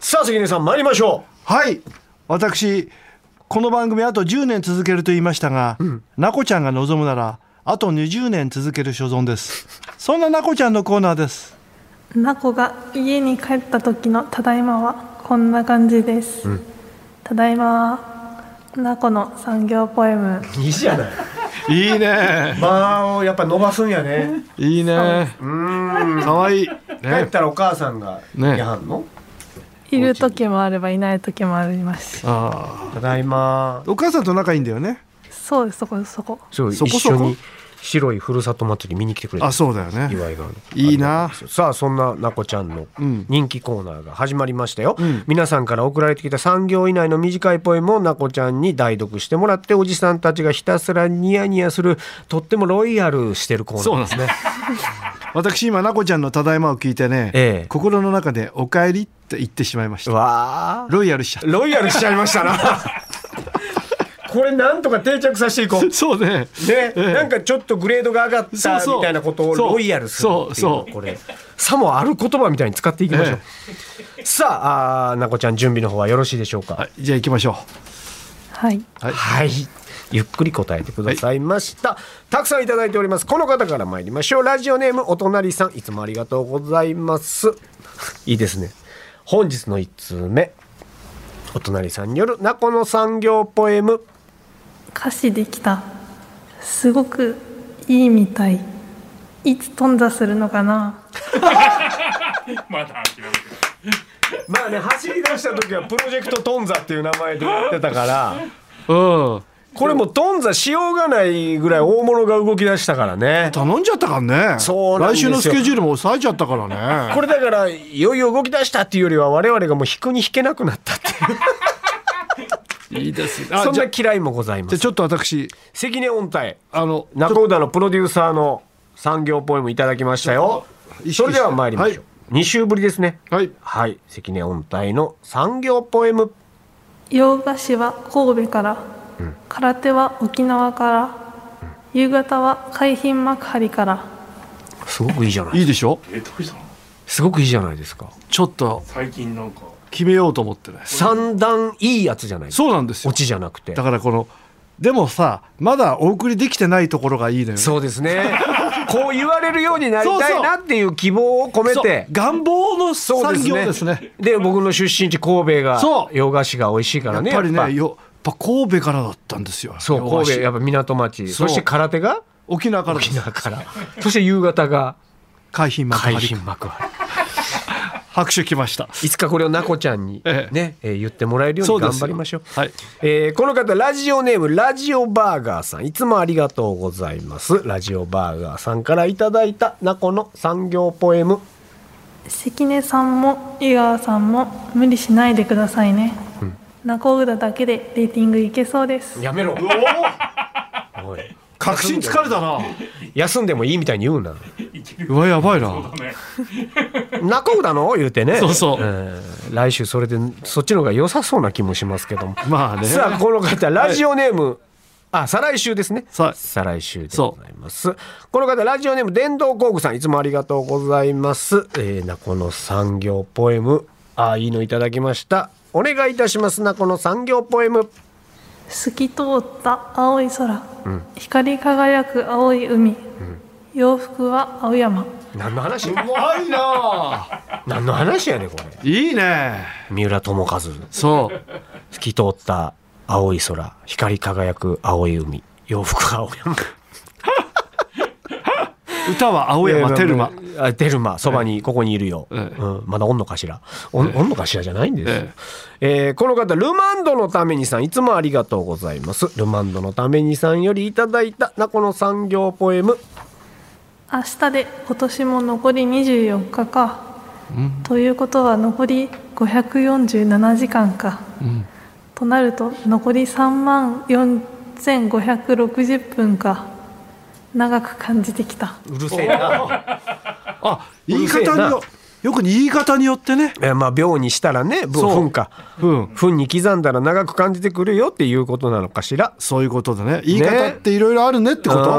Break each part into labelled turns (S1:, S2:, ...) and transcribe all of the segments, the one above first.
S1: さあ関根さん参りましょ
S2: はい私この番組あと10年続けると言いましたが、なこちゃんが望むならあと20年続ける所存ですそんななこちゃんのコーナーです
S3: ナコが家に帰った時のただいまはこんな感じです、ただいまナコの産業ポエム
S1: ういいじゃない
S2: いいね
S1: 間をやっぱ伸ばすんやね
S2: いいねかわいい
S1: 帰ったらお母さんが
S2: ね
S1: やはんの
S3: いる時もあればいない時もありますし
S2: あ
S1: ただいま
S2: ーお母さんと仲いいんだよね
S3: そうですそこそこ
S1: そう
S2: そこそ
S1: 一緒
S2: こ
S1: に白いふるさと祭り見に来てくれた
S2: あそうだよね
S1: 岩井がある
S2: いいな
S1: さあそんななこちゃんの
S2: ん
S1: 人気コーナーが始まりましたよ、皆さんから送られてきた3行以内の短いポエムをなこちゃんに代読してもらっておじさんたちがひたすらニヤニヤするとってもロイヤルしてるコーナー
S4: そうなんですね。
S2: 私今なこちゃんのただいまを聞いてね、
S1: ええ
S2: 心の中でおかえりって言ってしまいました
S1: わあ
S2: ロイヤルしちゃっ
S1: ロイヤルしちゃいましたなこれなんとか定着させていこう
S2: たそうね
S1: ね、なんかちょっとグレードが上がったみ
S2: そうそう
S1: たいなことを
S2: そう
S1: ロイヤルするっていうの
S2: そうそう
S1: これさもある言葉みたいに使っていきましょう、
S2: え
S1: さああーなこちゃん準備の方はよろしいでしょうか
S2: はいじゃあ行きましょう
S3: はい
S1: はい。ゆっくり答えてくださいました、たくさんいただいておりますこの方から参りましょうラジオネームお隣さんいつもありがとうございます いいですね本日の1通目お隣さんによるナコの産業ポエム
S3: 歌詞できたすごくいいみたいいつ頓挫するのかな
S4: まだ諦めてる。
S1: まあね走り出した時はプロジェクトトンザっていう名前でやってた から
S2: うん
S1: これもうトンザしようがないぐらい大物が動き出したからね
S2: 頼んじゃったからね
S1: そうなんで
S2: 来
S1: すよ
S2: 週のスケジュールも抑えちゃったからね
S1: これだからいよいよ動き出したっていうよりは我々がもう引くに引けなくなったっていう
S2: いいですね。
S1: そん
S2: じゃ
S1: な
S2: あ、じ
S1: 嫌いもございま
S2: ゃあ
S1: す
S2: ちょっと私、
S1: 関根音体
S2: あの、
S1: 中尾田のプロデューサーの産業ポエムいただきましたよ
S2: 意識して
S1: それでは参りましょう、二週ぶりですね
S2: はい。
S1: はい関根音体の産業ポエム
S3: 洋菓子は神戸から、空手は沖縄から、夕方は海浜幕張から
S1: すごくいいじゃない
S2: いいでしょ
S4: え、どうしたの？
S1: すごくいいじゃないですか
S2: ちょっと
S4: 最近なんか。
S2: 決めようと思ってね。
S1: 三段いいやつじゃないですか
S2: そうなんですよ
S1: オ。チじゃなくて
S2: だからこの、でもさ、まだお送りできてないところがいいのよね。
S1: そうです ねこう言われるようになりたいなっていう希望を込め
S2: そう
S1: て
S2: 願望の産業ですね。
S1: で僕の出身地神戸が
S2: そう
S1: 洋菓子が美味しいからね
S2: やっぱり
S1: やっ
S2: ね、よやっぱ神戸からだったんですよ。
S1: そう神戸やっ
S2: ぱ
S1: ぱ港町
S2: そ
S1: そうして空手が
S2: 沖縄からで
S1: 沖
S2: す。
S1: 縄からそして夕方が
S2: 海浜幕
S1: 海
S2: 張
S1: 浜幕張
S2: 拍手きました。
S1: いつかこれをなこちゃんに
S2: ええ
S1: ね、えー言ってもらえるよう
S2: そ
S1: に
S2: うで
S1: 頑
S2: す
S1: 張
S2: よ
S1: りましょう。
S2: はい
S1: えーこの方ラジオネームラジオバーガーさんいつもありがとうございますラジオバーガーさんからいただいたなこの産業ポエム
S3: 関根さんも江川さんも無理しないでくださいね、中浦だけでレーティングいけそうです
S1: やめろおい
S2: 確信疲れたな。
S1: 休んでもいいみたいに言うな
S2: うわ、やばいな。
S4: ね。
S1: なこだの言うてね
S2: そう そう
S1: えー来週それでそっちの方が良さそうな気もしますけども
S2: まあね。
S1: さあこの方ラジオネーム、あ再来週ですね
S2: さあ
S1: 再来週でございますこの方ラジオネーム電動工具さんいつもありがとうございますえー、なこの産業ポエムああいいのいただきましたお願いいたしますなこの産業ポエム
S3: 透き通った青い空、光り輝く青い海、洋服は青山
S1: 何の話
S2: まいな。
S1: 何の話やねんこれ
S2: いいね。
S1: 三浦友和
S2: そう。
S1: 透き通った青い空光り輝く青い海洋服が青山
S2: 歌は青山テルマ。
S1: あテルマそばにここにいるよ、
S2: ええ
S1: うん、まだおんのかしらおん,、のかしらじゃないんです、
S2: え
S1: えーこの方ルマンドのためにさんいつもありがとうございますルマンドのためにさんよりいただいたナコの産業ポエム
S3: 明日で今年も残り24日か、ということは残り547時間か、となると残り3万4560分か長く感じてきた
S1: うるせえな、
S2: あ、言い方によ、よく言い方によってね。
S1: えーまあ秒にしたらね分
S2: そう
S1: 分か
S2: うん。
S1: 分に刻んだら長く感じてくるよっていうことなのかしら
S2: そういうことでね。言い方っていろいろあるねってこと。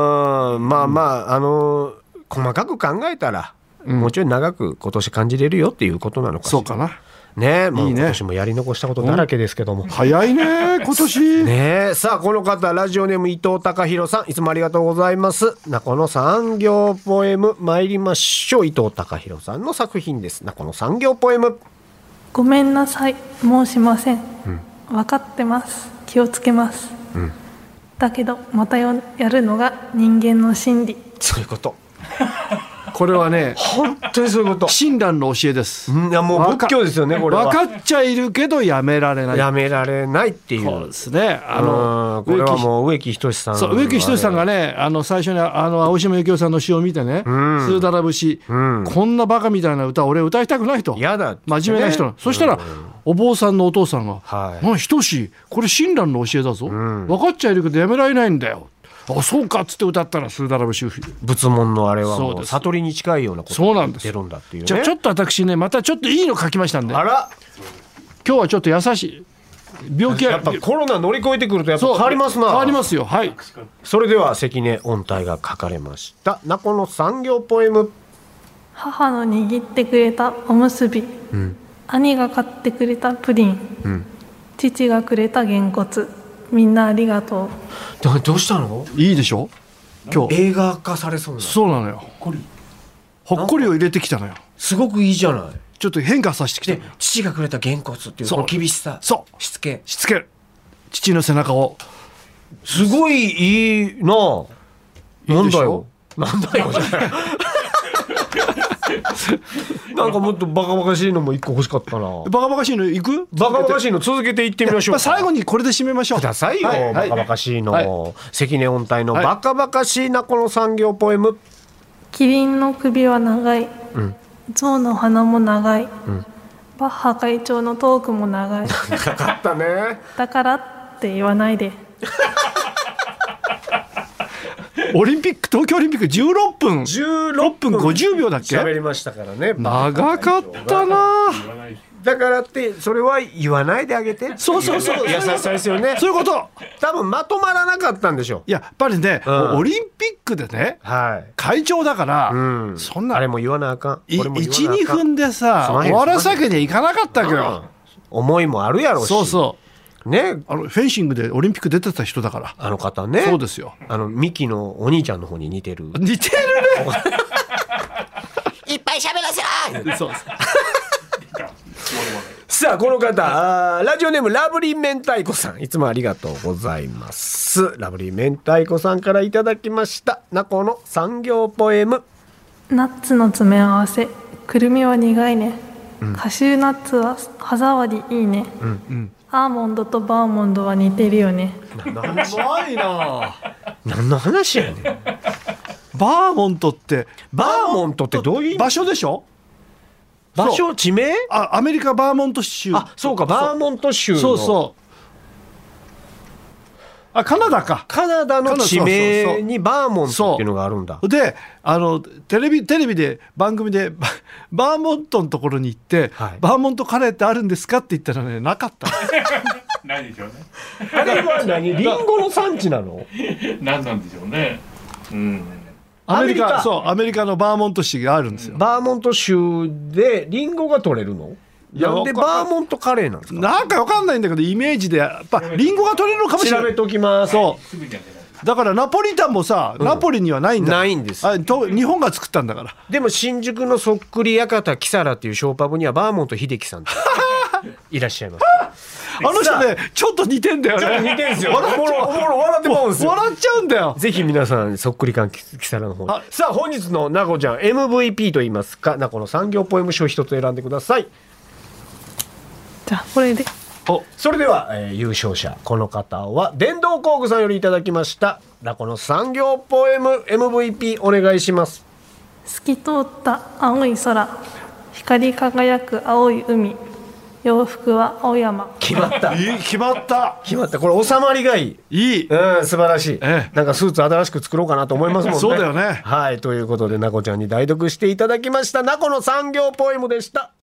S1: あーまあまあ、あのー細かく考えたら、もうちょい長く今年感じれるよっていうことなのかしら
S2: そうかな。
S1: ねまあ
S2: いいね
S1: 今年もやり残したことだらけですけども、
S2: 早いね今年
S1: ねえさあこの方ラジオネーム伊藤貴弘さんいつもありがとうございます中野産業ポエム参りましょう伊藤貴弘さんの作品です中野産業ポエム
S3: ごめんなさいもうしません、分かってます気をつけます、だけどまたよやるのが人間の心理
S1: そういうこと
S2: これはね
S1: 本当にそういうこと
S2: 親鸞の教えです
S1: いやもう仏教ですよねこれは
S2: 分かっちゃいるけどやめられない
S1: やめられないっていう
S2: そうですねあ
S1: う
S2: の
S1: んこれはもう植木仁さん
S2: そう植木仁さんがねあの最初にあの青島幸男さんの詩を見てね「
S1: ん
S2: スーダラ節、
S1: ん
S2: こんなバカみたいな歌俺歌いたくない」と
S1: 嫌だって言ってね
S2: 真面目な人なのそしたら、お坊さんのお父さんが
S1: はい
S2: なんひとしこれ親鸞の教えだぞ、分かっちゃいるけどやめられないんだよ」あそうかっつって歌ったら「スーダラ節」
S1: 仏門のあれは
S2: そ
S1: も
S2: う
S1: う
S2: です
S1: 悟りに近いようなこと
S2: そうなんです
S1: 出るんだっていうね
S2: じゃあちょっと私ねまたちょっといいの書きましたんで
S1: あ
S2: 今
S1: ら
S2: 日はちょっと優しい病気は
S1: やっぱコロナ乗り越えてくるとやっぱ変わりますな
S2: 変わりますよはい
S1: それでは関根音体が書かれました「ナコの産業ポエム
S3: 母の握ってくれたおむすび、兄が買ってくれたプリン、父がくれたげんこつみんなありがとう」
S1: どどうしたの
S2: いいでしょ今日
S1: 映画化されそうな
S2: そうなのよ
S4: こり。
S2: ほっこりを入れてきたのよ
S1: すごくいいじゃない
S2: ちょっと変化させてきて
S1: で父がくれたげんこつっていう
S2: そ
S1: そうの厳しさ
S2: そう
S1: しつけ
S2: しつける父の背中を
S1: すごいいいなあ
S2: いい
S1: なん
S2: でし
S1: だ
S2: ょ
S1: よなんだよじゃない なんかもっとバカバカしいのも一個欲しかったな
S2: バカバカしいの行く
S1: バカバカしいの続けていってみましょう
S2: まあ最後にこれで締めましょう
S1: くださいよ、
S2: はは
S1: バカバカしいの、
S2: はい
S1: 関根音体の
S2: はい
S1: バカバカしいなこの産業ポエム、
S3: キリンの首は長い、象の鼻も長い、バッハ会長のトークも長い
S1: なかったね
S3: だからって言わないで
S2: オリンピック東京オリンピック16分
S1: 16
S2: 6分50秒だっけ
S1: 喋りましたからね
S2: 長かったな
S4: 言わない。
S1: だからってそれは言わないであげて
S2: そうそうそう
S1: 優しさですよね
S2: そういうこと
S1: 多分まとまらなかったんでしょう
S2: やっぱりね、
S1: うん
S2: オリンピックでね
S1: はい
S2: 会長だから、
S1: うん
S2: そんな
S1: あれも言わなあかん
S2: い
S1: これも言わなあかん
S2: 12分でさ
S1: すまん
S2: 終
S1: よ
S2: わらさけにはいかなかったけど、
S1: 思いもあるやろし
S2: そうそう
S1: うね
S2: あのフェンシングでオリンピック出てた人だから
S1: あの方ね
S2: そうですよ
S1: あのミキのお兄ちゃんの方に似てる
S2: 似てる
S1: いっぱい喋らせろ
S2: ねそうそう
S1: さあこの方あーラジオネームラブリー明太子さんいつもありがとうございますラブリー明太子さんからいただきましたナコの産業ポエム
S3: ナッツの詰め合わせくるみは苦いね、カシューナッツは歯触りいいね、アーモンドとバーモンドは似てるよね
S2: うまいな
S1: 何の話やねん
S2: バーモントって
S1: バーモントってどういう意味
S2: 場所でしょ
S1: 場
S2: そう
S1: 所地名
S2: あアメリカバーモント州
S1: あそうかバーモント州の
S2: そうそうあカナダか
S1: カナダの地
S2: そうそう
S1: 名
S2: そう
S1: にバーモントっていうのがあるんだ
S2: であのテレビテレビで番組で ババーモントのところに行って、
S1: はい
S2: バーモントカレーってあるんですかって言ったらねなかった
S4: ないでしょう
S1: あれは何リンゴの産地なの
S4: ね。なんなんでしょうね。うん。
S2: アメリ
S1: アメリ
S2: カ
S1: カ
S2: そうアメリカのバーモント市があるんですよ、
S1: バーモント州でリンゴが取れるの
S2: いや
S1: なんで
S2: わかんない
S1: バーモントカレーなんですか
S2: なんかわかんないんだけどイメージでやっぱリンゴが取れるのかもしれ
S1: 調
S2: な
S1: べ
S2: い
S1: ときます
S2: そ
S4: すぐじゃない。
S2: うだからナポリタンもさ、ナポリにはないんだ
S1: ないんです
S2: あと日本が作ったんだから
S1: でも新宿のそっくり館キサラっていうショーパブにはバーモント秀樹さん っていらっしゃいます
S2: あの人ねちょっと似てんだよね
S1: てんすよ
S2: 笑っちゃう
S1: 笑ってまうんですよ
S2: 笑っちゃうんだよ
S1: ぜひ皆さんそっくり感キサラの方に
S2: あ
S1: さあ本日のなこちゃん MVP と言いますかなこの産業ポエム賞一つ選んでください
S3: じゃあこれで
S2: お
S1: それでは、えー優勝者この方は電動工具さんよりいただきましたなこの産業ポエム MVP お願いします
S3: 透き通った青い空光り輝く青い海洋服は青山
S1: 決まった
S2: いい決まった
S1: 決まったこれ収まりがいい
S2: いい
S1: うん、素晴らしい、
S2: ええ
S1: なんかスーツ新しく作ろうかなと思いますもんね。
S2: そうだよね
S1: はい、ということで、なこちゃんに代読していただきました、なこの産業ポエムでした。